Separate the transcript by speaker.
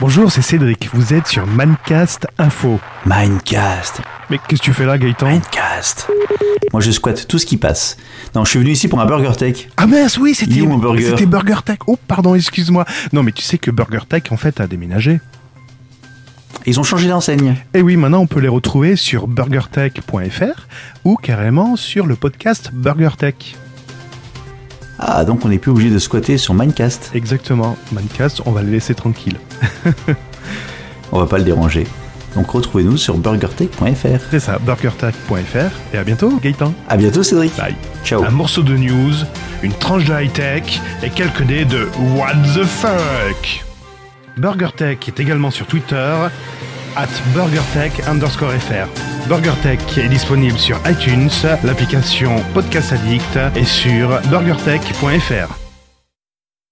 Speaker 1: Bonjour, c'est Cédric. Vous êtes sur Mancast Info.
Speaker 2: Mindcast.
Speaker 1: Mais qu'est-ce que tu fais là, Gaëtan
Speaker 2: Mindcast. Moi, je squatte tout ce qui passe. Non, je suis venu ici pour un Burger Tech.
Speaker 1: Ah mince, oui, c'était
Speaker 2: Il est où, mon burger
Speaker 1: c'était Burger Tech. Oh, pardon, excuse-moi. Non, mais tu sais que Burger Tech, en fait, a déménagé.
Speaker 2: Ils ont changé d'enseigne.
Speaker 1: Et oui, maintenant, on peut les retrouver sur burgertech.fr ou carrément sur le podcast Burger Tech.
Speaker 2: Ah, donc on n'est plus obligé de squatter sur Mindcast.
Speaker 1: Exactement. Mancast, on va les laisser tranquilles.
Speaker 2: On va pas le déranger. Donc retrouvez-nous sur burgertech.fr.
Speaker 1: C'est ça, burgertech.fr. Et à bientôt, Gaëtan.
Speaker 2: À bientôt, Cédric.
Speaker 1: Bye.
Speaker 2: Ciao.
Speaker 1: Un morceau de news, une tranche de high-tech et quelques dés de What the fuck BurgerTech est également sur Twitter, at BurgerTech underscore FR. BurgerTech est disponible sur iTunes, l'application Podcast Addict et sur burgertech.fr.